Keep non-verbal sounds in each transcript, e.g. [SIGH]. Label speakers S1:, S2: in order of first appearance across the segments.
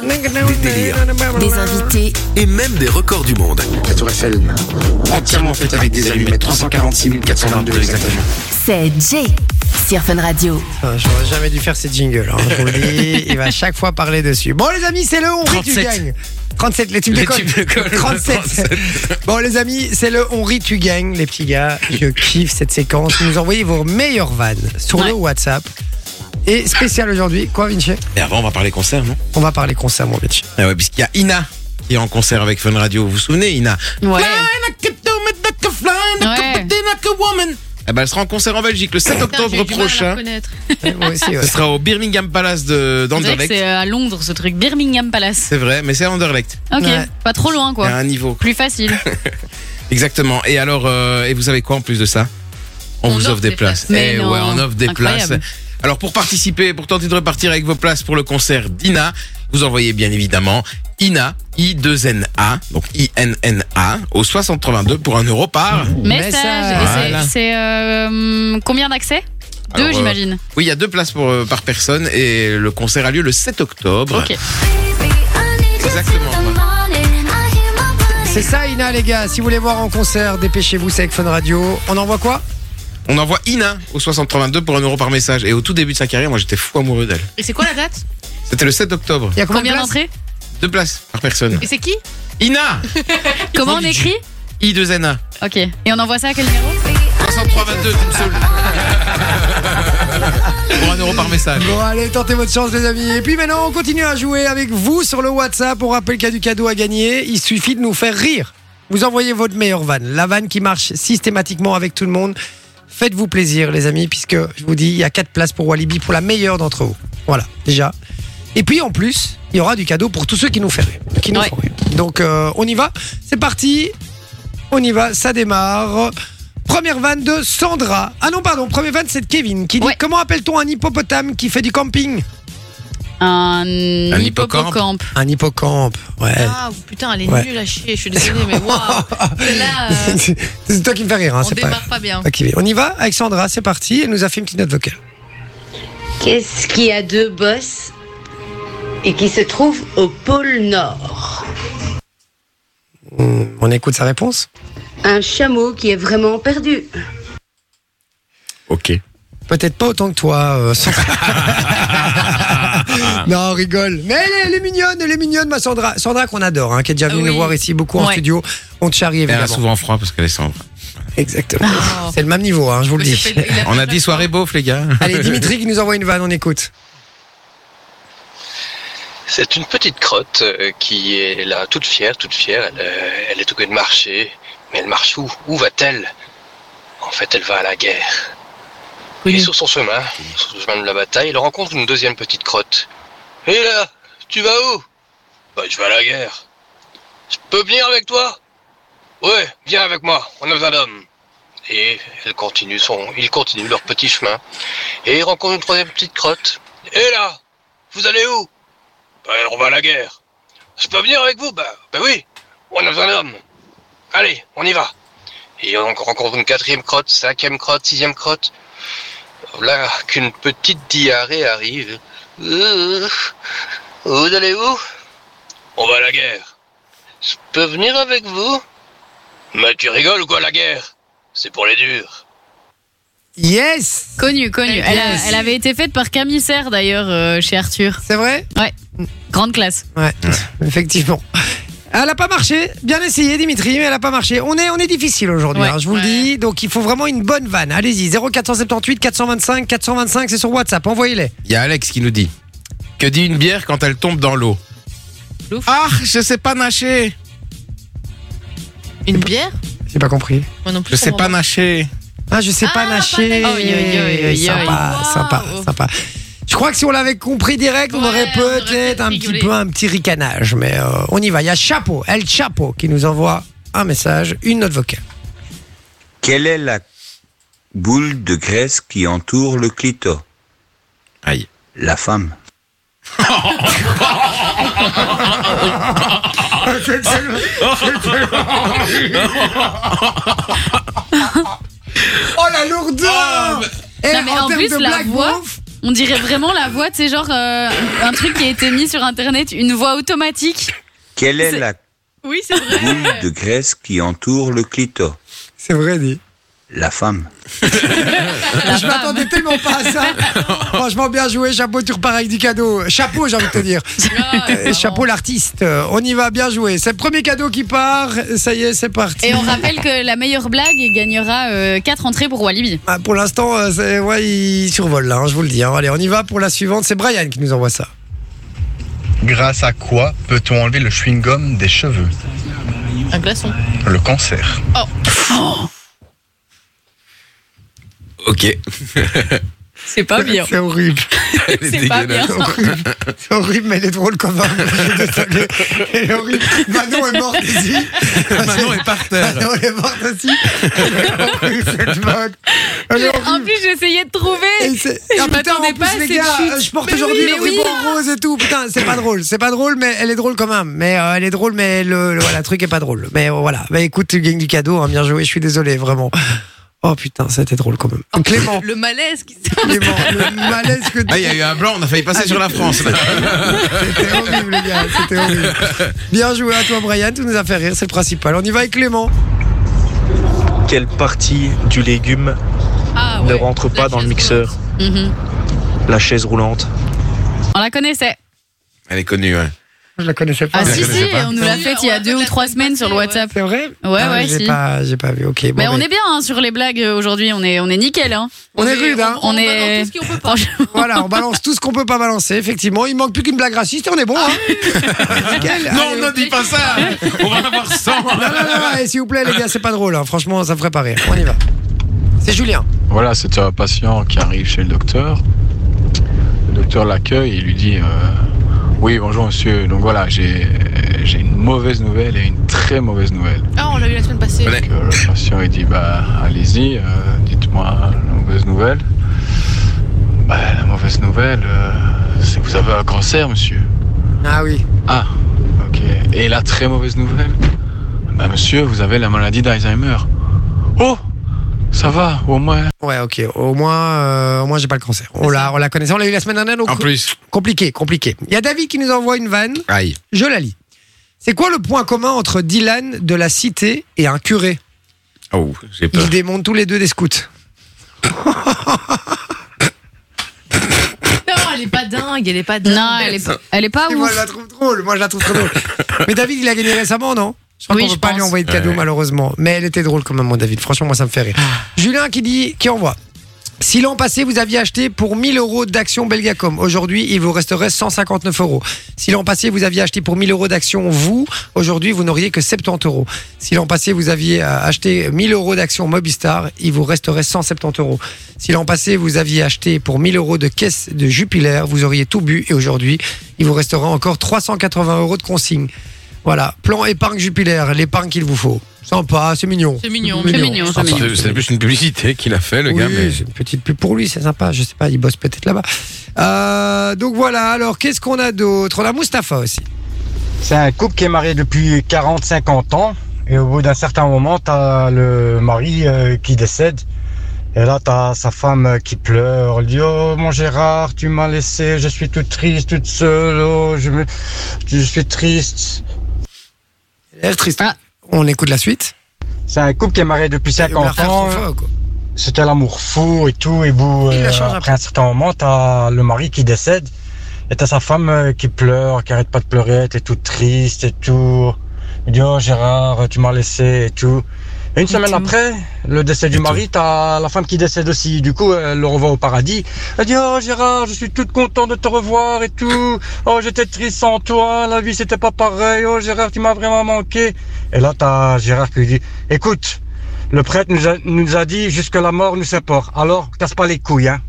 S1: Des délires,
S2: Des invités,
S1: et même des records du monde.
S3: La tour Eiffel, entièrement faite avec des allumettes, 346 422 exactement.
S2: c'est Jay sur Fun Radio.
S4: Putain, J'aurais jamais dû faire ces jingles, hein, je vous le dis. Il va à chaque fois parler dessus. Bon, les amis, c'est le on rit, tu
S3: 37.
S4: gagnes. 37, les tubes de
S3: Les
S4: colle.
S3: tubes de colle,
S4: 37. Bon, les amis, c'est le on rit, tu gagnes, les petits gars. Je kiffe cette séquence. Vous nous envoyez vos meilleures vannes sur le WhatsApp. Et spécial aujourd'hui, quoi, Vinci
S3: Mais avant, on va parler concert, non
S4: On va parler concert, mon Vinci.
S3: Ah ouais, puisqu'il y a Ina qui est en concert avec Fun Radio. Vous vous souvenez, Ina
S5: Ouais. Ouais.
S3: Eh ben, elle sera en concert en Belgique le 7
S5: Putain, j'ai
S3: octobre
S5: eu du mal à
S3: prochain.
S5: reconnaître.
S4: Ouais, Moi aussi, ouais.
S3: Ce sera au Birmingham Palace de
S5: On dirait que
S3: d'Anderlecht.
S5: C'est euh, à Londres ce truc, Birmingham Palace.
S3: C'est vrai, mais c'est à Anderlecht.
S5: Ok,
S4: Ouais.
S5: pas trop loin
S3: Il y a
S5: quoi.
S3: un niveau.
S5: Plus facile.
S3: Exactement. Et alors, euh, et vous savez quoi en plus de ça On,
S5: On
S3: vous offre des places.
S5: Mais
S3: Eh
S5: non.
S3: ouais, on offre des
S5: Incroyable.
S3: places. Alors pour participer, pour tenter de repartir avec vos places pour le concert d'Ina, vous envoyez bien évidemment Ina I2NA, donc INNA au 682 pour un euro par.
S5: Message.
S4: Message.
S5: Et c'est-
S3: Voilà.
S5: C'est euh, combien d'accès
S3: Alors,
S5: Deux,
S3: euh,
S5: j'imagine.
S3: Oui, il y a deux places pour, euh, par personne et le concert a lieu le 7 octobre.
S5: Ok.
S3: Exactement.
S4: C'est ça, Ina, les gars. Si vous voulez voir en concert, dépêchez-vous, c'est avec Fun Radio. On envoie quoi
S3: On envoie Ina au 682 pour un euro par message. Et au tout début de sa carrière, moi j'étais fou amoureux d'elle.
S5: Et c'est quoi la date
S3: C'était le 7 octobre.
S4: Il y a combien,
S5: Combien
S4: de places
S5: d'entrées
S3: Deux places par personne.
S5: Et c'est qui
S3: Ina
S5: Comment on
S3: Prends du
S5: écrit
S3: I2NA.
S5: Ok. Et on envoie ça à quel numéro
S3: 303 22 tout [LAUGHS] seul. Pour un euro par message.
S4: Bon, allez, tentez votre chance, les amis. Et puis maintenant, on continue à jouer avec vous sur le WhatsApp. On rappelle qu'il y a du cadeau à gagner. Il suffit de nous faire rire. Vous envoyez votre meilleure vanne, la vanne qui marche systématiquement avec tout le monde. Faites-vous plaisir, les amis, puisque je vous dis, il y a quatre places pour Walibi pour la meilleure d'entre vous. Voilà, déjà. Et puis en plus, il y aura du cadeau pour tous ceux qui nous font rire. Qui nous
S5: Ouais.
S4: font rire. Donc, euh, on y va. C'est parti. On y va, ça démarre. Première vanne de Sandra. Ah non, pardon, première vanne c'est de Kevin qui dit
S5: Ouais.
S4: Comment appelle-t-on un hippopotame qui fait du camping
S5: Un,
S3: hippocampe.
S5: hippocampe.
S4: Un hippocampe, ouais.
S6: Ah putain, elle est
S4: Ouais.
S6: nulle à chier, je suis désolée, mais
S5: [LAUGHS]
S6: waouh! Là, euh,
S4: [LAUGHS] c'est toi qui me fais rire, hein,
S6: on
S4: c'est pas.
S6: démarre pas bien.
S4: Ok, on y va avec Sandra, c'est parti. Elle nous a fait une petite note vocale.
S7: Qu'est-ce qui a deux bosses et qui se trouve au pôle Nord
S4: Hmm, On écoute sa réponse.
S7: Un chameau qui est vraiment perdu.
S3: Ok.
S4: Peut-être pas autant que toi,
S6: [LAUGHS]
S4: euh, Sandra. non, on rigole. Mais elle est, elle est mignonne, elle est mignonne, ma Sandra. Sandra qu'on adore, hein, qui est déjà venue
S6: Ah Oui.
S4: nous voir ici beaucoup en
S6: Ouais.
S4: studio. On te charrie
S3: Elle a
S4: évidemment.
S3: souvent froid parce qu'elle est sombre.
S4: Exactement.
S6: Oh.
S4: C'est le même niveau, hein, je vous le
S6: Il a
S4: dis.
S6: fait- il a-
S3: On a dit soirée beauf, les gars.
S4: Allez, Dimitri qui nous envoie une vanne, on écoute.
S8: C'est une petite crotte euh, qui est là, toute fière, toute fière. Elle, euh, elle est au coin de marché. Mais elle marche où Où va-t-elle En fait, elle va à la guerre. Et sur son chemin, sur le chemin de la bataille, elle rencontre une deuxième petite crotte. Hé là Tu vas où Bah, je vais à la guerre. Je peux venir avec toi Ouais, viens avec moi, on a besoin d'hommes. Et elle continue son, ils continuent leur petit chemin. Et ils rencontrent une troisième petite crotte. Hé là Vous allez où bah, alors on va à la guerre. Je peux venir avec vous Bah, bah oui, on a besoin d'hommes. Allez, on y va. Et on rencontre une quatrième crotte, cinquième crotte, sixième crotte. Là, qu'une petite diarrhée arrive. Euh, vous allez où On va à la guerre. Je peux venir avec vous Mais tu rigoles ou quoi, la guerre C'est pour les durs.
S4: Yes
S5: Connue, connue. Elle, a- elle avait été faite par Camille Serre d'ailleurs euh, chez Arthur.
S4: C'est vrai
S5: Grande classe.
S4: ouais, effectivement. Elle a pas marché. Bien essayé, Dimitri, mais elle a pas marché. On est, on est difficile aujourd'hui,
S5: Ouais,
S4: hein, je vous le
S5: ouais.
S4: dis. Donc, il faut vraiment une bonne vanne. Allez-y, 0478 425 425, c'est sur WhatsApp. Envoyez-les.
S3: Il y a Alex qui nous dit Que dit une bière quand elle tombe dans l'eau
S6: L'ouf.
S3: Ah, je sais pas nager.
S6: Une bière
S4: J'ai pas compris.
S6: Moi non plus.
S3: Je sais
S6: comprends
S3: pas nager.
S4: Ah, je sais
S6: Ah,
S4: pas nager.
S6: pas nager. Aïe, aïe, aïe, aïe,
S4: Sympa,
S6: aïe.
S4: sympa,
S6: Waouh.
S4: sympa. Je crois que si on l'avait compris direct, on
S6: Ouais,
S4: aurait
S6: on aurait
S4: peut-être
S6: peut-être
S4: un petit
S6: rigolé.
S4: peu un petit ricanage. Mais euh, on y va. Il y a Chapeau, El Chapeau, qui nous envoie un message, une note vocale.
S9: Quelle est la boule de graisse qui entoure le clito
S3: Aïe.
S9: La femme.
S4: Oh la lourdeur Et
S5: Non, mais en
S4: termes
S5: plus,
S4: de
S5: la
S4: blague
S5: voix-
S4: Eh, bouffe,
S5: On dirait vraiment la voix, c'est genre euh, un truc qui a été mis sur internet, une voix automatique.
S9: Quelle est
S5: C'est-
S9: la
S10: Oui, c'est vrai.
S9: boule de graisse qui entoure le clito
S4: C'est vrai, dit.
S9: La femme.
S4: Ah, je m'attendais tellement pas à ça. Franchement, bien joué. Chapeau, tu repars avec du cadeau. Chapeau, j'ai envie de te dire. Et chapeau, l'artiste. Euh, On y va, bien joué. C'est le premier cadeau qui part. Ça y est, c'est parti.
S5: Et on rappelle que la meilleure blague gagnera 4 entrées pour Walibi.
S4: Ah, pour l'instant, euh, c'est- ouais, il survole là, hein, je vous le dis. hein. Allez, on y va pour la suivante. C'est Brian qui nous envoie ça.
S8: Grâce à quoi peut-on enlever le chewing-gum des cheveux
S10: Un glaçon.
S8: Le cancer.
S3: Ok.
S10: C'est pas bien.
S4: C'est horrible.
S3: Elle est
S10: C'est pas
S3: dégueulasse. [LAUGHS]
S10: bien.
S4: C'est [LAUGHS] horrible. C'est horrible, mais elle est drôle quand même. Je suis désolé. Elle est horrible. Manon est morte ici.
S3: Manon Ah, est par terre.
S4: Manon est morte aussi. Elle est horrible, cette mode. Elle est
S5: En
S4: horrible.
S5: plus, j'essayais de trouver.
S4: Et c'est-
S5: Je
S4: ah, putain,
S5: m'attendais
S4: en plus,
S5: pas à
S4: les
S5: cette
S4: gars,
S5: chute.
S4: euh, je porte
S5: Mais oui,
S4: aujourd'hui
S5: mais
S4: le
S5: oui.
S4: ruban rose et tout. Putain, c'est pas drôle. C'est pas drôle, mais elle est drôle quand même. Mais euh, elle est drôle, mais le, le- voilà, le truc est pas drôle. Mais euh, voilà. Bah écoute, tu gagnes du cadeau. hein, bien joué. Je suis désolé, vraiment. Oh putain, c'était drôle quand même.
S5: Oh.
S4: Clément,
S10: Le malaise qui s'est
S4: Clément, le malaise que tu
S3: Ah, il y a eu un blanc, on a failli passer
S4: Ah,
S3: sur la France. là.
S4: C'était horrible, les gars. C'était horrible. Bien joué à toi, Brian. Tu nous as fait rire, c'est le principal. On y va avec Clément.
S8: Quelle partie du légume
S10: Ah,
S8: ne
S10: ouais.
S8: rentre pas
S10: La
S8: dans le
S10: chaise
S8: mixeur
S5: Mhm.
S8: La chaise roulante.
S5: On la connaissait.
S3: Elle est connue, ouais.
S4: Je la connaissais pas.
S5: Ah
S3: la
S5: si, si,
S3: connaissais pas.
S5: on nous l'a faite il y a
S10: Oui,
S5: deux
S10: on
S5: ou
S10: l'a
S5: trois
S10: fait
S5: semaine sur le
S10: passer,
S5: WhatsApp.
S4: C'est vrai
S5: Ouais,
S4: Ah,
S5: ouais,
S4: J'ai
S5: si.
S4: pas, j'ai pas vu. Ok. bon, bah,
S5: Mais on
S4: mais-
S5: est bien hein, sur les blagues euh, aujourd'hui, on est, on est nickel. Hein.
S4: on est rude, hein.
S5: On est-
S10: balance tout ce qu'on peut pas.
S5: Franchement,
S4: Voilà, on balance tout ce qu'on peut pas balancer, effectivement. Il manque plus qu'une blague raciste et on est bon, hein.
S3: [LAUGHS]
S4: Nickel.
S3: Non,
S4: Allez,
S3: ne dis pas ça On va en avoir 100
S4: Non, non, non, non, et s'il vous plaît, les gars, c'est pas drôle. hein. Franchement, ça me ferait pas rire. On y va. C'est Julien.
S8: Voilà, c'est un patient qui arrive chez le docteur. Le docteur l'accueille et lui dit euh, Oui, bonjour monsieur. Donc voilà, j'ai j'ai une mauvaise nouvelle et une très mauvaise nouvelle.
S10: Ah, on l'a eu la semaine passée.
S3: Voilà.
S8: Donc, euh, le patient il dit bah allez-y, euh, dites-moi la mauvaise nouvelle. Bah, la mauvaise nouvelle, euh, c'est que vous avez un cancer, monsieur.
S4: Ah oui.
S8: Ah, ok. Et la très mauvaise nouvelle Bah monsieur, vous avez la maladie d'Alzheimer. Oh Ça va, au moins.
S4: Ouais, ok. Au moins, euh, au moins, j'ai pas le cancer. On la, on la connaissait. On l'a eu la semaine dernière. donc
S3: En plus.
S4: Compliqué, compliqué. Il y a David qui nous envoie une vanne.
S3: Aïe.
S4: Je la lis. C'est quoi le point commun entre Dylan de la cité et un curé
S3: Oh, j'ai peur.
S4: Ils démontent tous les deux des scouts.
S10: Non, elle est pas dingue, elle est pas dingue.
S5: non, elle est, pas- elle est pas
S4: Et
S5: ouf.
S4: moi, je la trouve drôle. Moi, je la trouve très drôle. Mais David, il a gagné récemment, non je crois
S5: Oui,
S4: qu'on
S5: je
S4: peut pas lui
S5: pense.
S4: envoyer de cadeau,
S3: Ouais.
S4: malheureusement. Mais elle était drôle quand même, mon David. Franchement, moi, ça me fait rire.
S5: Ah.
S4: Julien qui dit, qui envoie. Si l'an passé, vous aviez acheté pour 1000 euros d'actions Belgacom, aujourd'hui, il vous resterait 159 euros. Si l'an passé, vous aviez acheté pour 1000 euros d'actions vous, aujourd'hui, vous n'auriez que 70 euros. Si l'an passé, vous aviez euh, acheté 1000 euros d'actions Mobistar, il vous resterait 170 euros. Si l'an passé, vous aviez acheté pour 1000 euros de caisse de Jupiler, vous auriez tout bu et aujourd'hui, il vous restera encore 380 euros de consigne. Voilà, plan épargne Jupiler, l'épargne qu'il vous faut. Sympa, c'est mignon.
S10: C'est mignon,
S5: c'est mignon, c'est
S4: sympa.
S5: mignon.
S3: C'est c'est plus une publicité qu'il a fait, le
S4: Oui,
S3: gars, mais.
S4: c'est une petite pub pour lui, c'est sympa. Je sais pas, il bosse peut-être là-bas. Euh, donc voilà, alors qu'est-ce qu'on a d'autre On a Mustapha aussi.
S8: C'est un couple qui est marié depuis 40-50 ans. Et au bout d'un certain moment, t'as le mari euh, qui décède. Et là, t'as sa femme euh, qui pleure. Elle dit Oh mon Gérard, tu m'as laissé, je suis toute triste, toute seule. Oh, je, me- je suis triste.
S4: Elle est triste.
S5: Ah.
S4: On écoute la suite.
S8: C'est un couple qui est marié depuis
S4: Et on va la
S8: 50
S4: refaire
S8: ans.
S4: trois fois, quoi.
S8: C'était l'amour fou et tout. Et bout,
S4: Il la
S8: euh,
S4: change
S8: après un certain moment, t'as le mari qui décède. Et t'as sa femme euh, qui pleure, qui arrête pas de pleurer, t'es toute triste et tout. Il dit, oh Gérard, tu m'as laissé et tout. Et une semaine après, le décès du mari, t'as la femme qui décède aussi. Du coup, euh, elle le revoit au paradis. Elle dit, oh Gérard, je suis toute contente de te revoir et tout. Oh, j'étais triste sans toi, la vie c'était pas pareil. Oh Gérard, tu m'as vraiment manqué. Et là, t'as Gérard qui lui dit, écoute, le prêtre nous a, nous a dit, jusque la mort nous sépare. Alors, casse pas les couilles, hein.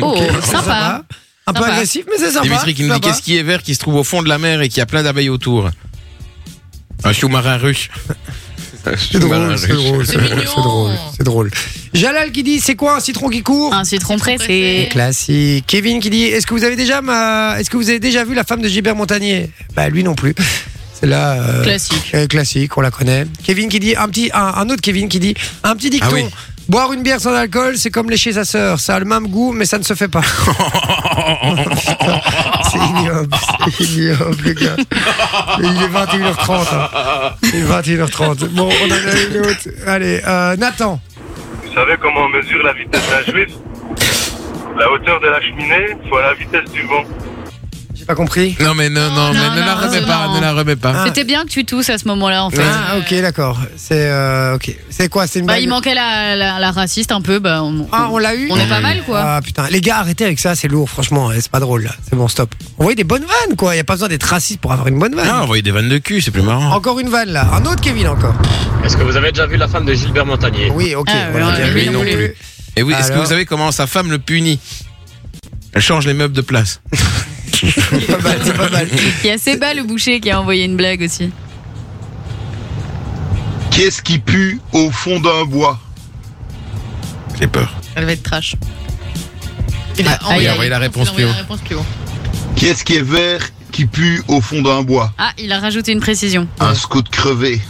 S5: Oh,
S4: Ok, c'est
S5: sympa.
S4: Un peu
S5: Sympa.
S4: agressif, mais c'est sympa.
S3: Dimitri qui nous dit
S4: Sympa.
S3: qu'est-ce qui est vert qui se trouve au fond de la mer et qui a plein d'abeilles autour Un sous-marin russe. Un [LAUGHS]
S4: C'est
S3: sous-marin
S4: drôle, c'est
S3: russe.
S4: drôle, c'est
S10: C'est
S4: drôle,
S10: mignon.
S4: c'est drôle, c'est drôle. Jalal qui dit c'est quoi un citron qui court
S5: Un citron pressé.
S4: Classique. Kevin qui dit Est-ce que vous avez déjà ma... Est-ce que vous avez déjà vu la femme de Gilbert Montagnier Bah lui non plus. C'est là. euh,
S10: Classique.
S4: euh, classique, on la connaît. Kevin qui dit un petit, un, un autre Kevin qui dit un petit dicton.
S3: Ah oui.
S4: Boire une bière sans alcool, c'est comme lécher sa sœur. Ça a le même goût, mais ça ne se
S3: [LAUGHS]
S4: fait pas. c'est ignoble, c'est ignoble, le gars. Il est 21h30. hein. Il est 21h30. Bon, on en a une autre. Allez, euh, Nathan.
S11: Vous savez comment on mesure la vitesse d'un juif La hauteur de la cheminée fois la vitesse du vent.
S4: J'ai pas compris.
S3: Non, mais non, non, mais
S5: non,
S3: ne la
S5: non,
S3: remets
S5: non.
S3: pas, ne la remets pas.
S5: C'était bien que tu tousses à ce moment-là, en fait.
S4: Ah, ok, d'accord. C'est euh, ok. C'est quoi C'est une
S5: Bah,
S4: blague
S5: il manquait la, la, la raciste un peu. Bah, on,
S4: Ah, on l'a eu
S5: on est pas mal, quoi.
S4: Ah putain, les gars, arrêtez avec ça, c'est lourd, franchement, eh, c'est pas drôle. là. C'est bon, stop. Envoyez des bonnes vannes, quoi. Y a pas besoin d'être raciste pour avoir une bonne vanne.
S3: Ah, envoyer des vannes de cul, c'est plus marrant.
S4: Encore une vanne là, un autre Kevin encore.
S12: Est-ce que vous avez déjà vu la femme de Gilbert Montagnier
S4: Oui, ok.
S5: Ah,
S4: voilà,
S5: ouais,
S4: bien
S5: lui
S4: vu.
S5: non
S3: plus. Et oui, est-ce que
S4: Alors
S3: vous savez comment sa femme le punit Elle change les meubles de place.
S4: Pas mal, c'est pas mal.
S5: Il y a Seba le boucher qui a envoyé une blague aussi.
S13: Qu'est-ce qui pue au fond d'un bois
S3: J'ai peur.
S6: Elle va être trash. Il
S5: Ah, il a
S3: envoyé la réponse
S6: il a envoyé
S3: plus haut.
S6: la réponse plus haut.
S13: Qu'est-ce qui est vert qui pue au fond d'un bois
S5: Ah, il a rajouté une précision.
S13: Un scout crevé.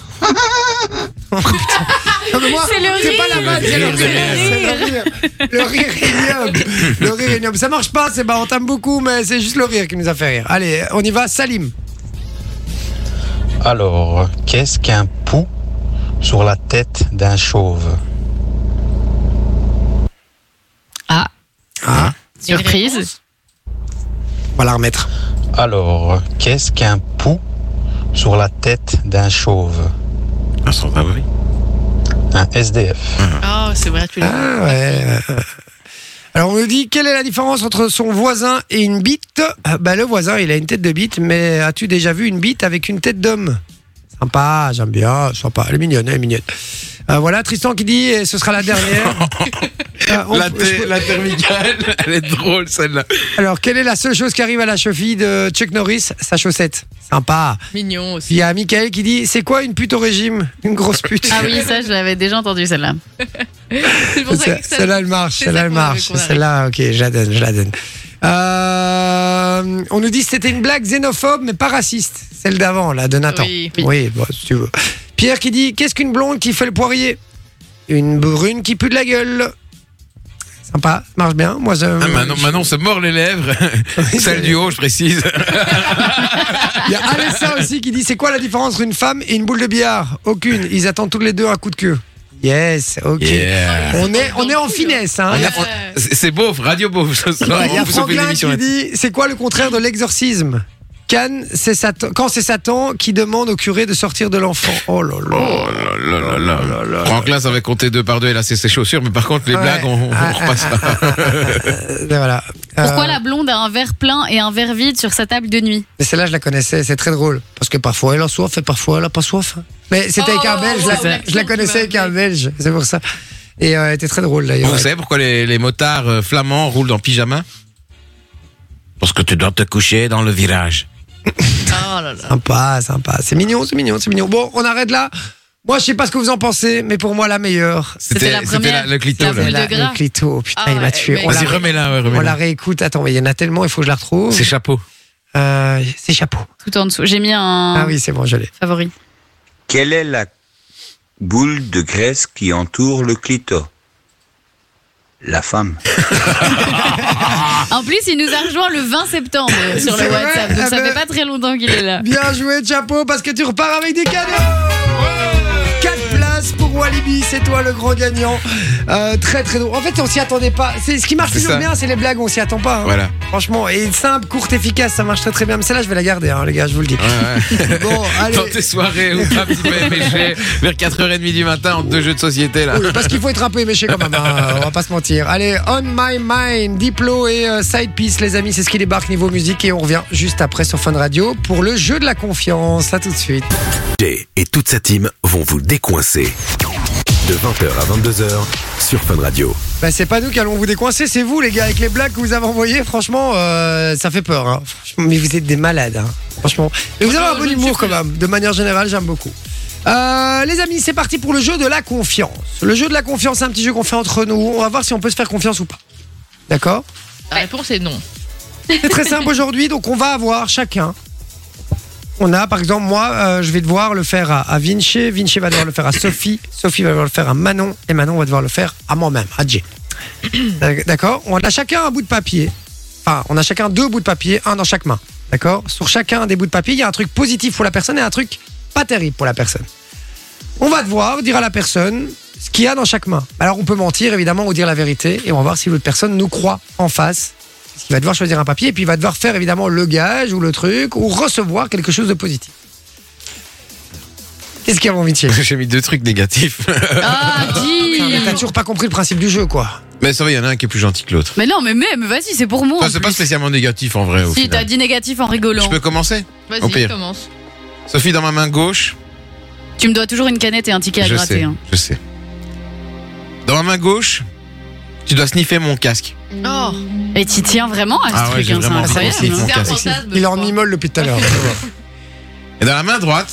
S4: Non, mais moi,
S5: C'est le
S4: C'est pas la
S5: rire.
S4: vanne, c'est le
S3: rire,
S4: rire. c'est le rire. Le rire est ignoble. Le rire est ignoble. Ça marche pas, c'est bah, on t'aime beaucoup, mais c'est juste le rire qui nous a fait rire. Allez, on y va, Salim.
S14: Alors, qu'est-ce qu'un pou sur la tête d'un chauve
S5: Ah,
S4: Ah,
S5: surprise.
S4: on va la remettre.
S14: Alors, qu'est-ce qu'un pou sur la tête d'un chauve
S3: Un Ah. sans-abri.
S14: Un SDF.
S6: Oh, c'est vrai, tu l'as.
S4: Ah ouais. euh. Alors on nous dit quelle est la différence entre son voisin et une bite Ah, Bah le voisin il a une tête de bite, mais as-tu déjà vu une bite avec une tête d'homme Sympa, j'aime bien, sympa, elle est mignonne, elle est mignonne. Euh, voilà Tristan qui dit et ce sera
S3: [LAUGHS]
S4: la dernière. Euh, on-
S3: La, ter- la termicale, [LAUGHS] elle est drôle
S4: [LAUGHS]
S3: celle-là.
S4: Alors quelle est la seule chose qui arrive à la cheville de Chuck Norris Sa chaussette. Sympa.
S6: Mignon aussi.
S4: Puis il y a Michael qui dit c'est quoi une pute au régime
S6: [LAUGHS]
S4: Une grosse pute.
S5: Ah oui, ça, je l'avais déjà entendu celle-là.
S6: C'est pour ça que
S4: C'est- Celle-là, elle marche.
S6: c'est
S4: Celle-là,
S6: ça
S4: elle
S6: qu'on avait
S4: marche.
S6: qu'on arrête.
S4: Celle-là, ok, je la donne, je la donne. Euh, on nous dit que c'était une blague xénophobe, mais pas raciste. Celle d'avant, là, de Nathan.
S6: Oui.
S4: bon, si tu veux. Pierre qui dit Qu'est-ce qu'une blonde qui fait le poirier Une brune qui pue de la gueule. Sympa, ça marche bien. Moi, je.
S3: Ah, Manon, Manon se mord les lèvres. [LAUGHS] Celle du haut, je précise.
S4: Il y a Alessa aussi qui dit C'est quoi la différence entre une femme et une boule de billard Aucune. Ils attendent tous les deux un coup de queue. Yes, ok.
S3: [LAUGHS] Yeah.
S4: On, est, on est en finesse, hein.
S3: On a- on- c'est- C'est beau, radio beau. ce soir.
S4: Il y
S3: On
S4: a
S3: vous sauve une
S4: Franklin
S3: émission
S4: qui dit c'est quoi le contraire de l'exorcisme Cannes, c'est Satan, quand c'est Satan qui demande au curé de sortir de l'enfant. Oh là là.
S3: Oh là là là là là là. Franklin, ça va compter deux par deux, elle a ses, ses chaussures, mais par contre, les
S4: Ouais.
S3: blagues, on, on
S4: Ah,
S3: repasse
S4: ah, [LAUGHS] ah, ah, ah, ah. voilà.
S5: Pourquoi
S4: Euh,
S5: la blonde a un verre plein et un verre vide sur sa table de nuit
S4: Mais celle-là, je la connaissais, c'est très drôle. Parce que parfois elle a soif et parfois elle a pas soif. Mais c'était avec un
S6: Oh,
S4: belge,
S6: wow,
S4: la-
S6: l'accent
S4: je la
S6: qui
S4: connaissais
S6: m'a
S4: avec un belge, c'est pour ça. Et euh, elle était très drôle d'ailleurs.
S3: Vous savez pourquoi les, les motards euh, flamands roulent en pyjama Parce que tu dois te coucher dans le virage.
S6: Oh là là.
S4: Sympa, sympa. C'est mignon, c'est mignon, c'est mignon. Bon, on arrête là. Moi, je sais pas ce que vous en pensez, mais pour moi, la meilleure.
S5: C'était la première.
S3: le clito.
S5: La
S3: là.
S5: boule
S4: Voilà,
S5: de gras.
S4: le clito, putain,
S6: Ah
S4: il m'a
S6: ouais,
S4: tué.
S6: mais-
S4: On
S3: Vas-y,
S4: la-
S3: remets-la, ouais,
S4: On la
S3: remets-la.
S4: réécoute. Attends, mais il y en a tellement, il faut que je la retrouve.
S3: C'est chapeau.
S4: Euh, c'est chapeau.
S5: Tout en dessous. J'ai mis un
S4: Ah oui, c'est bon, je l'ai.
S5: favori.
S9: Quelle est la boule de graisse qui entoure le clito La femme.
S5: En plus, il nous a rejoint le 20 septembre sur
S4: C'est
S5: le
S4: vrai
S5: WhatsApp, donc
S4: Ah
S5: ça
S4: ben-
S5: fait pas très longtemps qu'il est là.
S4: Bien joué, chapeau, parce que tu repars avec des cadeaux. 4 places pour Walibi, c'est toi le grand gagnant. Euh, très très drôle. En fait, on s'y attendait pas. C'est ce qui marche
S3: C'est
S4: toujours
S3: ça.
S4: bien, c'est les blagues, on s'y attend pas. hein.
S3: Voilà.
S4: Franchement, et simple, courte, efficace, ça marche très très bien. Mais celle-là, je vais la garder, hein, les gars, je vous le dis.
S3: Ouais, ouais. [LAUGHS]
S4: Bon, allez.
S3: Dans tes soirées où tu un petit peu éméché, vers 4h30 du matin, entre deux jeux de société, là.
S4: Oui, parce qu'il faut être un peu éméché quand même, hein, on va pas se mentir. Allez, On My Mind, Diplo et euh, Side Piece, les amis, c'est ce qui débarque niveau musique et on revient juste après sur Fun Radio pour le jeu de la confiance. À tout de suite.
S1: Jay et toute sa team vont vous décoincer. De 20h à 22h sur Fun Radio.
S4: Bah, c'est pas nous qui allons vous décoincer, c'est vous les gars avec les blagues que vous avez envoyées. Franchement, euh, ça fait peur. hein. Franchement, mais vous êtes des malades. hein. Franchement, mais vous avez un bon humour quand même. De manière générale, j'aime beaucoup. Euh, les amis, c'est parti pour le jeu de la confiance. Le jeu de la confiance, c'est un petit jeu qu'on fait entre nous. On va voir si on peut se faire confiance ou pas. D'accord
S6: La réponse est non. [LAUGHS]
S4: C'est très simple aujourd'hui, donc on va avoir chacun on a par exemple moi euh, je vais devoir le faire à, à Vinci, Vinci va devoir le faire à Sophie, Sophie va devoir le faire à Manon et Manon va devoir le faire à moi-même, à Jay. D'ac- D'accord On a chacun un bout de papier. Enfin, on a chacun deux bouts de papier, un dans chaque main. D'accord Sur chacun des bouts de papier, il y a un truc positif pour la personne et un truc pas terrible pour la personne. On va devoir dire à la personne ce qu'il y a dans chaque main. Alors on peut mentir évidemment ou dire la vérité et on va voir si l'autre personne nous croit en face. Il va devoir choisir un papier et puis il va devoir faire évidemment le gage ou le truc ou recevoir quelque chose de positif. Qu'est-ce qu'il y a mon métier
S3: J'ai mis deux trucs
S4: [LAUGHS]
S3: négatifs.
S5: Ah, dis
S4: T'as toujours pas compris le principe du jeu quoi.
S3: mais ça va, il y en a un qui est plus gentil que l'autre.
S5: Mais non, mais même, vas-y, c'est pour moi.
S3: Enfin, c'est pas spécialement négatif en vrai. au
S5: Si,
S3: final.
S5: t'as dit négatif en rigolant.
S3: Je peux commencer Au
S5: Vas-y,
S3: pire.
S5: commence.
S3: Sophie dans ma main gauche.
S5: Tu me dois toujours une canette et un ticket à
S3: je
S5: gratter.
S3: sais,
S5: hein.
S3: je sais. Dans ma main gauche, tu dois sniffer mon casque.
S5: Oh Et t'y tiens vraiment à ce
S3: Ah ouais,
S5: truc,
S3: j'ai
S5: hein,
S3: vraiment envie
S5: c'est
S3: qu'on sniffe mon
S5: incroyable.
S3: casque.
S4: Il est en immole depuis tout à l'heure.
S3: Et dans la main droite,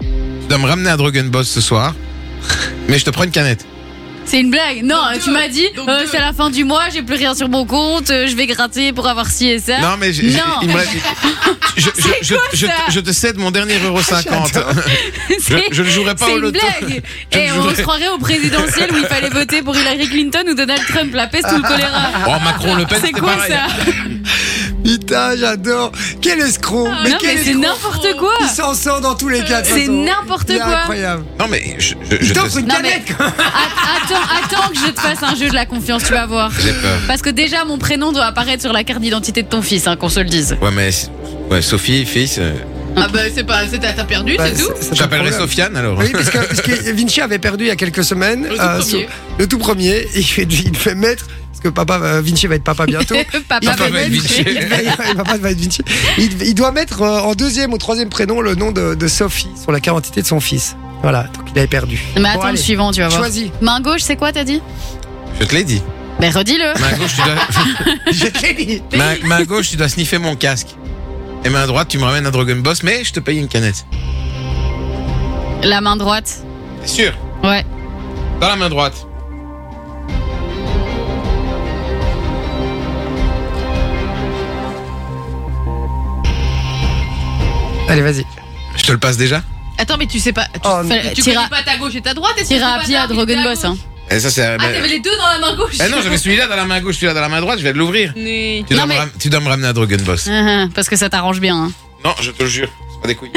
S3: tu dois me ramener à Dragon Boss ce soir. Mais je te prends une canette.
S5: C'est une blague. Non, tu m'as dit, euh, c'est la fin du mois, j'ai plus rien sur mon compte, euh, je vais gratter pour avoir ci et ça. [LAUGHS]
S3: Non, mais j'ai- j'ai-
S5: Hein Non.
S3: il me reste- je, je,
S5: C'est
S3: je-
S5: quoi,
S3: je-
S5: ça
S3: je te cède mon dernier euro
S4: Ah,
S3: 50.
S5: [LAUGHS]
S3: je,
S5: C'est-
S3: je ne jouerai pas
S5: C'est
S3: au
S5: une
S3: loto.
S5: blague.
S3: Je ne
S5: Et on
S3: jouerai-
S5: se croirait au présidentiel où il fallait voter pour Hillary Clinton ou Donald Trump, la peste ou le choléra.
S3: Oh, Macron, Le Pen,
S5: C'est
S3: c'était
S5: quoi
S3: pareil.
S5: ça
S4: Putain, j'adore. Quel escroc.
S5: Ah, Non, mais
S4: quel
S5: c'est
S4: escroc.
S5: n'importe quoi.
S4: Il s'en sort dans tous les cas. de toute
S5: C'est
S4: façon.
S5: n'importe
S4: Il est
S5: quoi.
S4: Incroyable.
S3: Non, mais je, je- je
S4: Il
S3: te
S4: t'offre une
S5: Non,
S4: canette. quand même.
S5: Att- Attends, attends que je te fasse un jeu de la confiance, tu vas voir.
S3: J'ai peur.
S5: Parce que déjà, mon prénom doit apparaître sur la carte d'identité de ton fils, hein, qu'on se le dise.
S3: Ouais, mais ouais, Sophie, fils. euh,
S6: Ah bah c'est pas, c'est t'as t'as perdu,
S4: Bah,
S6: c'est tout.
S4: c'est- c'est un
S3: J'appellerai
S4: problème.
S3: Sofiane alors.
S4: Oui, parce que, parce que Vinci avait perdu il y a quelques semaines.
S6: Le tout
S4: sur-
S6: premier.
S4: le tout premier. Et il fait, il fait mettre. Parce que papa, euh, Vinci va être papa
S5: [LAUGHS]
S4: bientôt.
S5: Papa
S4: va
S3: va être
S4: mettre-
S3: Vinci.
S4: il va- il va- papa va être Vinci. Il, il doit mettre euh, en deuxième ou troisième prénom le nom de, de Sophie sur la carte d'identité de son fils. Voilà, donc il avait perdu.
S5: Mais attends le
S4: allez.
S5: suivant, tu vas voir. [LAUGHS]
S4: Choisis.
S5: Main gauche, c'est quoi, t'as dit
S3: Je te l'ai dit.
S5: Ben redis-le.
S3: Main gauche, tu dois...
S4: Je t'ai dit.
S3: main, main gauche, tu dois sniffer mon casque. Et main droite, tu me ramènes un Dragon Boss, mais je te paye une canette.
S5: La main droite.
S3: T'es sûr
S5: Ouais.
S3: Dans la main droite.
S4: Allez, vas-y.
S3: Je te le passe déjà
S6: Attends, mais tu sais pas. Tu,
S4: Oh, non.
S6: tu
S5: Tira-
S6: connais pas ta gauche et ta droite et tu
S5: Tira à
S6: sais pas
S5: pied
S6: ta
S5: à
S6: droite et
S5: Dragon
S6: ta
S5: Boss. Hein.
S6: gauche
S3: Et Eh, ça, c'est.
S6: Ah, t'avais les deux dans la main gauche.
S3: Eh non, j'avais celui-là dans la main gauche, celui-là dans la main droite, je vais
S6: [LAUGHS]
S3: l'ouvrir.
S6: Mais-
S3: Tu, dois
S5: Non,
S3: me
S5: mais-
S3: ram- tu dois me ramener un Dragon Boss.
S5: Ah, ah, Parce que ça t'arrange bien. hein.
S3: Non, je te le jure, c'est pas des [LAUGHS] couilles.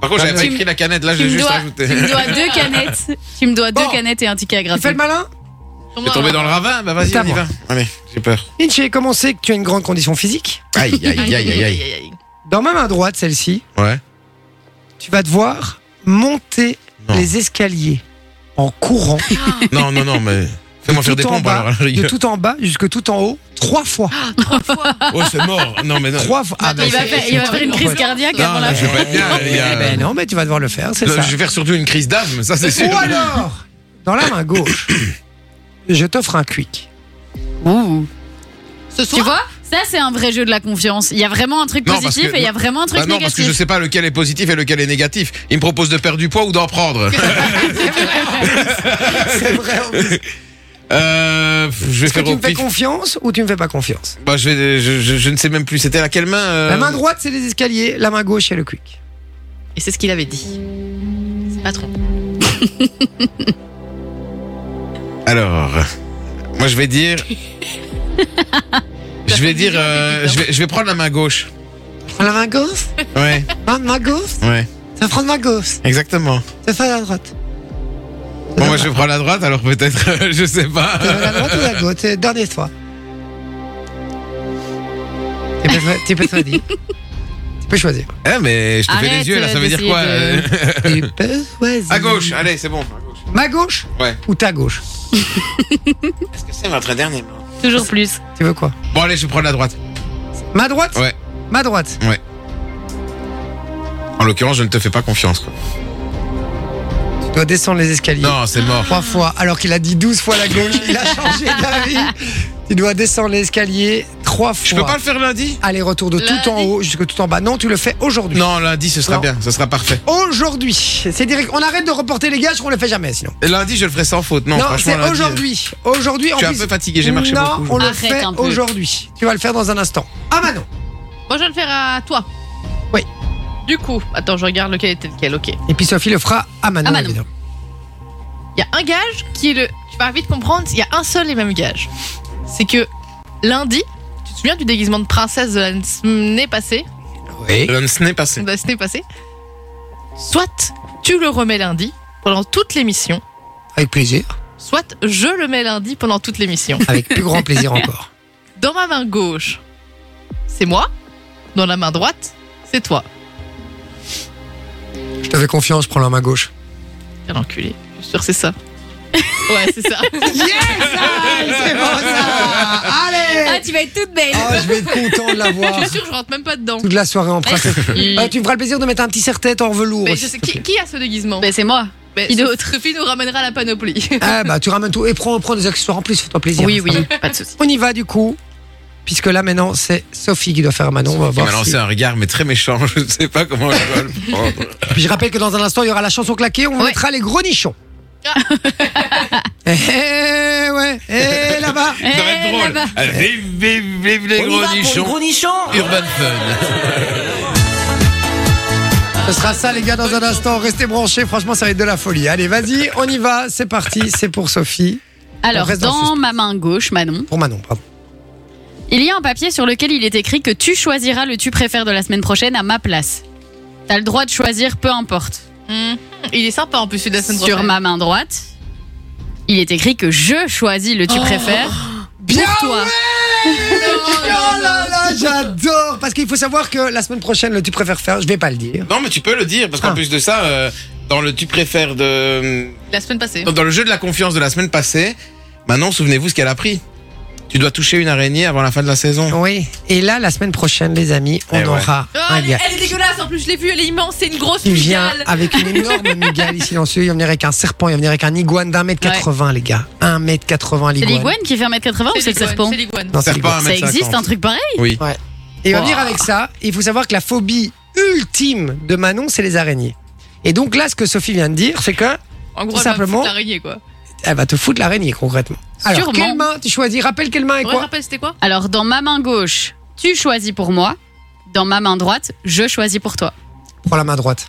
S3: Par contre, j'avais pas
S5: Tu me-
S3: écrit la canette, là, je
S5: Tu
S3: l'ai
S5: me
S3: juste
S5: dois,
S3: rajouté.
S5: tu me dois deux canettes. Tu me dois deux
S4: Bon.
S5: canettes et un ticket à
S4: Tu fais
S5: gratter.
S4: le malin
S3: T'es tombé dans le ravin Bah vas-y,
S4: C'est à
S3: on y
S4: moi.
S3: va. Allez, j'ai peur.
S4: Vinci, comment c'est que tu as une grande condition physique
S3: Aïe, aïe, aïe, aïe, aïe.
S4: Dans ma main droite, celle-ci,
S3: Ouais.
S4: tu vas devoir monter
S3: Non.
S4: les escaliers en courant
S3: Non, non, non, mais. Fais-moi faire
S4: tout
S3: des
S4: en
S3: pompes
S4: bas,
S3: alors. à la
S4: de
S3: rigueur.
S4: tout en bas jusque tout en haut, trois fois.
S3: Oh, c'est mort. Non, mais non.
S4: Trois fois. Ah,
S5: Ah, Il va
S4: c'est-
S5: faire, il va faire une crise cardiaque
S3: Non,
S5: avant
S3: mais
S5: la
S3: je vais pas être bien, les
S4: Eh
S3: gars.
S4: ben non, mais tu vas devoir le faire, c'est
S3: Non,
S4: ça.
S3: Je vais faire surtout une crise d'âme, ça c'est sûr. Bah,
S4: Ou alors, dans la main gauche, je t'offre un quick.
S5: Ouh.
S6: Ce
S5: Tu
S6: soir,
S5: vois Ça, c'est un vrai jeu de la confiance. Il y a vraiment un truc
S3: Non, parce
S5: positif
S3: que-
S5: et il y a vraiment un truc
S3: Bah non, parce que je
S5: négatif.
S3: sais pas lequel est positif et lequel est négatif. Il me propose de perdre du poids ou d'en prendre.
S4: C'est vrai. en plus.
S3: Euh, pff, je vais
S4: Est-ce que
S3: faire
S4: tu
S3: au
S4: me fais
S3: pif.
S4: confiance ou tu me fais pas confiance
S3: Bah, je, vais, je, je- je ne sais même plus. C'était laquelle main euh,
S4: La main droite, c'est les escaliers, la main gauche, c'est le quick.
S6: et c'est ce qu'il avait dit. C'est pas trop.
S3: Alors, moi je vais dire. je vais dire.
S6: plusieurs
S3: euh,
S4: hein.
S3: je, vais, je vais prendre la main gauche.
S4: La main gauche
S3: Ouais,
S4: Ma main gauche
S3: ouais,
S4: Ça prend ma gauche.
S3: exactement.
S4: Ça fait la droite.
S3: Bon, moi je vais prendre la droite alors peut-être. euh, je sais
S1: [LAUGHS]
S3: pas.
S4: Tu veux la droite ou la gauche C'est le Dernier choix. Tu peux, choi- tu peux choisir. tu
S3: [LAUGHS]
S4: peux choisir.
S3: Eh, mais je te fais
S5: Arrête,
S3: les yeux là, ça
S5: euh,
S3: veut dire
S5: d'essayer
S3: quoi
S5: de-
S3: euh [LAUGHS]
S4: Tu peux choisir.
S3: À gauche, allez, c'est bon. à gauche.
S4: Ma gauche
S3: Ouais.
S4: ou ta gauche
S3: Est-ce que c'est votre dernier mot
S5: Toujours plus.
S4: Tu veux quoi
S3: Bon, allez, je vais prendre la droite.
S4: Ma droite
S3: Ouais.
S4: Ma droite.
S3: En l'occurrence, je ne te fais pas confiance. quoi.
S4: Tu dois descendre les escaliers.
S3: Non, c'est mort.
S4: Trois fois, alors qu'il a dit 12 fois la gauche, il a changé d'avis. Tu dois descendre l'escalier trois fois.
S3: Je peux pas le faire lundi
S4: Aller-retour de tout en
S6: Lundi.
S4: haut jusque tout en bas. Non, tu le fais aujourd'hui.
S3: Non, lundi, ce sera
S4: Non.
S3: bien, ce sera parfait.
S4: Aujourd'hui. C'est direct. On arrête de reporter les gages, on le fait jamais sinon.
S3: Et Lundi, je le ferai sans faute. Non,
S4: Non,
S3: franchement,
S4: c'est
S3: lundi,
S4: aujourd'hui. Aujourd'hui,
S3: Je
S4: en
S3: suis un
S4: plus-
S3: peu fatigué, j'ai marché
S4: non,
S3: beaucoup.
S4: on le
S5: Arrête
S4: fait
S5: un peu.
S4: aujourd'hui. Tu vas le faire dans un instant. Ah Manon,
S6: Moi, je vais le faire à toi.
S4: Oui.
S8: Du coup, attends, je regarde lequel était lequel, ok.
S1: Et puis Sophie le fera à Manon,
S8: À Manon.
S1: évidemment.
S8: Il y a un gage qui est le. Tu vas vite comprendre, il y a un seul et même gage. C'est que lundi, tu te souviens du déguisement de princesse de l'année passée
S3: Oui. Ah, Ce n'est pas passé.
S8: de la semaine passée Soit tu le remets lundi pendant toute l'émission,
S1: Avec plaisir.
S8: soit je le mets lundi pendant toute l'émission.
S1: Avec plus grand plaisir encore.
S8: Dans ma main gauche, c'est moi. Dans la main droite, c'est toi.
S1: Je t'avais confiance, prends la main gauche.
S8: Quel enculé. Je suis sûr que c'est ça. Ouais, c'est ça.
S1: C'est bon ça Allez
S5: Ah, tu vas être toute belle.
S1: Oh, je vais être content de la voir
S8: Je suis sûr que je rentre même pas dedans.
S1: toute la soirée en princesse.
S8: [LAUGHS] Oui.
S1: Euh, tu me feras le plaisir de mettre un petit serre-tête en velours.
S8: Mais
S1: aussi,
S8: je sais,
S1: s'il te
S8: qui,
S1: plaît.
S8: qui a ce déguisement
S5: Mais Bah, c'est moi.
S8: Mais
S5: qui
S8: Sophie-
S5: d'autre
S8: Sophie nous ramènera la panoplie.
S1: Ah bah tu ramènes tout et prends, prends des accessoires en plus, fais-toi plaisir.
S8: Oui,
S1: Ça
S8: oui,
S1: va.
S8: pas de soucis.
S1: On y va du coup, puisque là maintenant c'est Sophie qui doit faire Manon. On va
S3: Il
S1: voir
S3: m'a lancé
S1: si-
S3: un regard, mais très méchant. [LAUGHS] Je ne sais pas comment je dois le prendre.
S1: Puis je rappelle que dans un instant il y aura la chanson claquée, on mettra les gros nichons.
S8: Ah.
S1: [LAUGHS] eh eh, ouais, eh là-bas.
S3: Ça va être drôle. Allez, Vive, vive, vive les gros nichons. Urban Fun.
S1: Ce sera ça les gars dans un instant. Restez branchés, franchement ça va être de la folie. Allez vas-y, on y va, c'est parti, c'est pour Sophie, On
S5: Alors,
S1: reste dans le
S5: dans ma main gauche, Manon,
S1: pour Manon. Pardon.
S5: il y a un papier sur lequel il est écrit que tu choisiras le tu préfères de la semaine prochaine à ma place. T'as le droit de choisir, peu importe.
S8: Hmm. Il est sympa en plus, celui de la semaine
S5: Sur ma main droite, il est écrit que je choisis le tu
S8: Oh.
S5: préfères
S1: Bien
S5: pour toi.
S1: Oh là là, j'adore Parce qu'il faut savoir que la semaine prochaine, le tu préfères faire, je vais pas le dire.
S3: Non, mais tu peux le dire, parce qu'en
S1: Ah.
S3: plus de ça, euh, dans le tu préfères de.
S8: La semaine passée.
S3: Dans, dans le jeu de la confiance de la semaine passée, maintenant, souvenez-vous ce qu'elle a pris. Tu dois toucher une araignée avant la fin de la saison.
S1: Oui. Et là, la semaine prochaine, les amis, on
S3: Eh ouais.
S1: aura
S8: Oh,
S1: un
S8: elle, est,
S1: gars
S8: elle est dégueulasse en plus, je l'ai vue, elle est immense, c'est une grosse
S1: qui vient
S8: migale.
S1: avec une énorme mugale ici silencieux. Il va venir avec un serpent, il va venir avec un iguane d'un mètre 80, les gars. Un mètre 80
S5: C'est
S1: l'iguane.
S5: l'iguane qui fait 1m80 ou c'est le
S8: l'iguane,
S5: serpent
S8: C'est l'iguane.
S1: Non, c'est
S3: Serpent
S1: l'iguane.
S3: à
S5: Ça
S3: 1m50.
S5: existe un truc pareil
S3: Oui.
S1: Ouais. Et il va
S5: Wow.
S1: venir avec ça. Il faut savoir que la phobie ultime de Manon, c'est les araignées. Et donc là, ce que Sophie vient de dire, c'est que
S8: En gros,
S1: Tout
S8: elle va me
S1: simplement.
S8: foutre l'araignée quoi.
S1: elle va te foutre l'araignée concrètement. Alors,
S5: Sûrement.
S1: quelle main tu choisis Rappelle quelle main et
S8: Ouais,
S1: quoi
S8: rappelle, c'était quoi
S5: Alors, dans ma main gauche, tu choisis pour moi. Dans ma main droite, je choisis pour toi.
S1: Prends la main droite.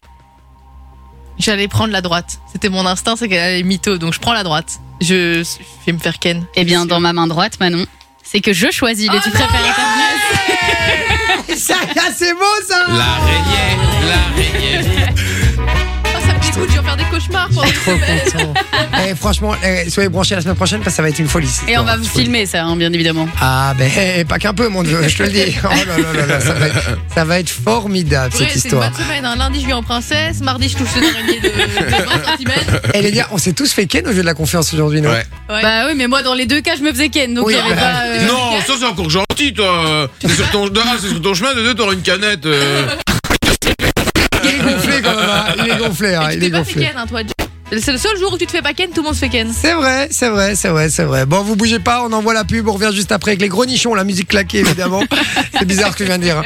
S8: J'allais prendre la droite. C'était mon instinct, c'est qu'elle allait mytho, donc je prends la droite. Je, je vais me faire ken.
S5: Eh bien, dans ma main droite, Manon, c'est que je choisis
S8: Oh
S5: le tu préfères et ta place.
S1: ça, c'est beau ça
S3: L'araignée, l'araignée.
S8: Oh, ça me dégoûte, je vais en faire des cauchemars. pendant-
S1: Trop content. Eh, franchement, eh, soyez branchés la semaine prochaine parce que ça va être une folie. cette
S8: Ah
S5: Et on va
S1: histoire,
S5: vous
S1: je le dis.
S5: filmer ça, hein, bien évidemment.
S1: Ah ben, eh, pas qu'un peu, mon dieu, je te le dis. Oh là là là là, ça va être, ça va être formidable
S8: Ouais,
S1: cette
S8: c'est une
S1: histoire.
S8: bonne semaine. hein. Lundi, je vais en princesse. Mardi, je touche une araignée de, de 20 cm.
S1: Et Eh, les gars, on s'est tous fait ken au jeu de la confiance aujourd'hui, non
S3: Ouais.
S5: Bah oui, mais moi, dans les deux cas, je me faisais ken. Donc,
S1: Oui,
S5: il y avait
S1: bah,
S5: pas, euh,
S3: Non, ça c'est encore gentil, toi. C'est sur ton, de un, c'est sur ton chemin, de deux, t'auras une canette. euh.
S1: Il est gonflé quand même, hein. il est gonflé, hein,
S8: Et tu
S1: il est
S8: t'es pas fait
S1: gonflé.
S8: ken, hein, toi. Jay. C'est le seul jour où tu te fais pas ken, tout le monde se fait ken.
S1: C'est vrai, c'est vrai, c'est vrai, c'est vrai. Bon, vous bougez pas, on envoie la pub, on revient juste après avec les gros nichons, la musique claquée évidemment. c'est bizarre ce que je viens de dire. hein.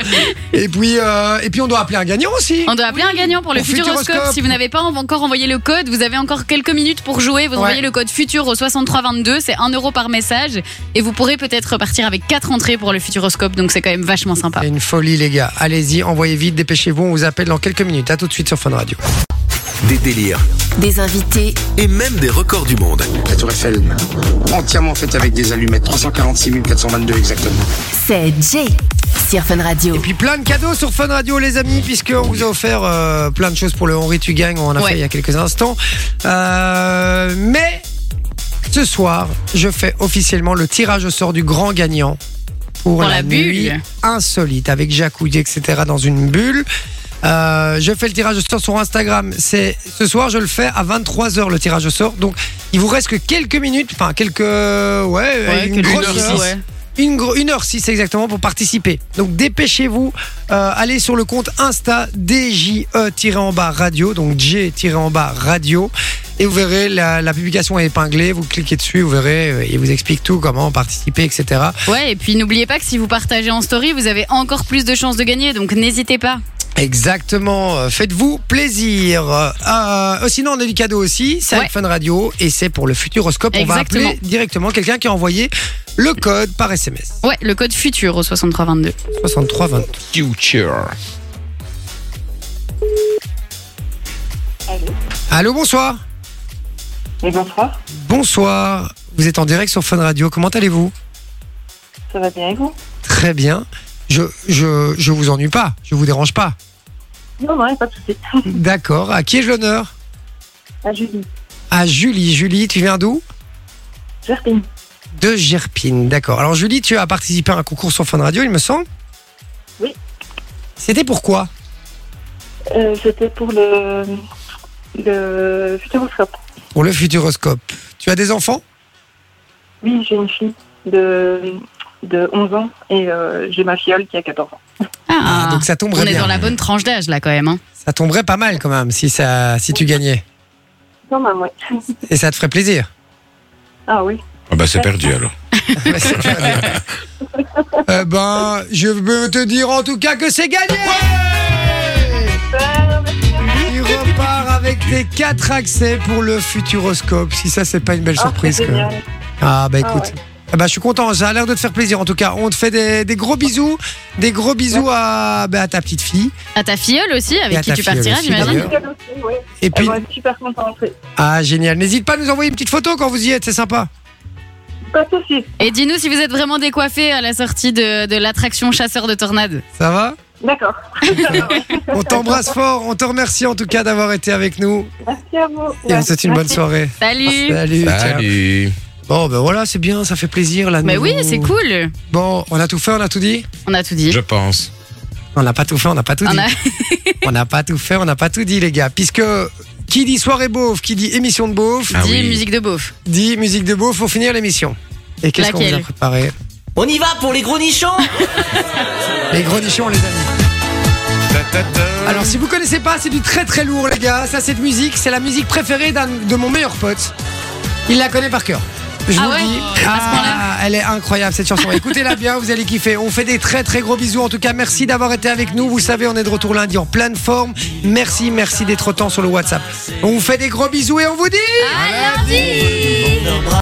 S1: Et puis, euh, et puis on doit appeler un gagnant aussi.
S5: On doit appeler un gagnant pour le
S1: Au
S5: Futuroscope.
S1: Futuroscope.
S5: Si vous n'avez pas encore envoyé le code, vous avez encore quelques minutes pour jouer. Vous envoyez le code FUTUR au 6322. C'est 1 euro par message. Et vous pourrez peut-être repartir avec 4 entrées pour le Futuroscope. Donc, c'est quand même vachement sympa.
S1: C'est une folie les gars. Allez-y, envoyez vite, dépêchez-vous, on vous appelle dans quelques minutes. À tout de suite sur Fun Radio.
S9: Des délires
S2: Des invités,
S9: et même des records du monde.
S4: La tour Eiffel, entièrement faite avec des allumettes, 346 422 exactement.
S2: c'est Jay sur Fun Radio.
S1: Et puis plein de cadeaux sur Fun Radio, les amis, puisqu'on vous a offert euh, plein de choses pour le Henri Tu Gagnes, on en a
S8: Ouais.
S1: fait il y a quelques instants. Euh, mais ce soir, je fais officiellement le tirage au sort du grand gagnant pour,
S5: Pour
S1: la,
S5: la
S1: nuit
S5: bulle.
S1: insolite avec Jacouille, etc. dans une bulle. Euh, je fais le tirage au sort sur Instagram. C'est ce soir, je le fais à 23h le tirage au sort. Donc, il vous reste que quelques minutes, enfin quelques ouais, une
S5: quelques
S1: grosse
S5: heures,
S1: heure.
S5: ouais.
S1: Une, gro- une heure 6 exactement pour participer. Donc dépêchez-vous, euh, allez sur le compte Insta DJE-en-bas radio, donc J-en-bas radio, et vous verrez la, la publication est épinglée, vous cliquez dessus, vous verrez, euh, il vous explique tout, comment participer, etc.
S5: Ouais, et puis n'oubliez pas que si vous partagez en story, vous avez encore plus de chances de gagner, donc n'hésitez pas.
S1: Exactement, euh, faites-vous plaisir. Euh, sinon, on a du cadeau aussi, c'est avec Fun Radio, et c'est pour le Futuroscope, on
S5: Exactement.
S1: va appeler directement quelqu'un qui a envoyé le code par SMS.
S5: Ouais, le code futur au 6322.
S1: 63 20.
S3: Future.
S1: Allô, bonsoir.
S8: Oui, bonsoir.
S1: Bonsoir. Vous êtes en direct sur Fun Radio. Comment allez-vous
S8: Ça va bien et vous
S1: Très bien. Je, je, je vous ennuie pas. Je vous dérange pas.
S8: Non, non, y a pas de souci. [LAUGHS]
S1: D'accord. À qui ai-je l'honneur
S8: À Julie.
S1: À Julie. Julie, tu viens d'où
S8: Gerpine.
S1: De Gerpine. D'accord. Alors, Julie, tu as participé à un concours sur Fun Radio, il me semble
S8: Oui.
S1: C'était pourquoi
S8: Euh, C'était pour le, le futuroscope.
S1: Pour le Futuroscope. Tu as des enfants
S8: Oui, j'ai une fille de, de 11 ans et euh, j'ai ma fiole qui a 14 ans.
S5: Ah,
S1: donc ça tomberait
S5: On est
S1: bien.
S5: dans la bonne tranche d'âge là quand même. hein.
S1: Ça tomberait pas mal quand même si, ça, si tu gagnais.
S8: Quand même, ouais.
S1: Et ça te ferait plaisir.
S8: Ah oui.
S3: Ah bah c'est perdu alors.
S1: [LAUGHS] Eh ben, je veux te dire en tout cas que c'est gagné Tu repars avec tes quatre accès pour le Futuroscope. Si ça, c'est pas une belle surprise.
S8: Oh, c'est
S1: que-
S8: génial.
S1: Ah bah
S8: Ah
S1: écoute.
S8: ouais.
S1: Ah bah, je suis content, ça a l'air de te faire plaisir en tout cas. On te fait des, des gros bisous, des gros bisous à, bah, à ta petite fille.
S5: À ta filleule aussi,
S1: Et
S5: avec
S1: à
S5: qui
S1: ta
S5: tu
S1: filleule
S5: partiras,
S1: aussi,
S5: j'imagine.
S1: d'ailleurs. Et puis,
S8: Elle va être super contente. oui.
S1: ah génial, n'hésite pas à nous envoyer une petite photo quand vous y êtes, c'est sympa.
S8: Pas de souci.
S5: Et dis-nous si vous êtes vraiment décoiffé à la sortie de, de l'attraction chasseur de tornades.
S1: Ça va
S8: D'accord.
S1: On t'embrasse fort, on te remercie en tout cas d'avoir été avec nous
S8: Merci à vous.
S1: et on te souhaite une bonne soirée.
S5: Salut.
S1: Salut.
S3: Salut.
S1: Bon, ben voilà, c'est bien, ça fait plaisir là.
S5: Mais
S1: nous-
S5: oui, c'est cool.
S1: Bon, on a tout fait, on a tout dit
S5: On a tout dit.
S3: Je pense.
S1: On n'a pas tout fait, on n'a pas tout
S5: On
S1: dit.
S5: a-
S1: [LAUGHS] on n'a pas tout fait, on n'a pas tout dit, les gars. Puisque qui dit soirée beauf, qui dit émission de beauf,
S5: Dis musique de beauf.
S1: dit musique de beauf, faut finir l'émission. Et qu'est-ce qu'on vous a
S5: Laquelle
S1: préparé
S15: On y va pour les gros nichons
S1: Les gros nichons, les amis.
S5: Euh,
S1: Alors, si vous connaissez pas, c'est du très très lourd, les gars. Ça, cette musique, c'est la musique préférée d'un- de mon meilleur pote. Il la connaît par cœur. Je
S5: Ah
S1: vous le
S5: ouais
S1: dis. Ah, elle est incroyable cette chanson.
S5: [LAUGHS]
S1: Écoutez-la bien, vous allez kiffer. On fait des très très gros bisous. En tout cas, merci d'avoir été avec nous. Vous savez, on est de retour lundi en pleine forme. Merci, merci d'être autant sur le WhatsApp. On vous fait des gros bisous et on vous dit.
S5: À lundi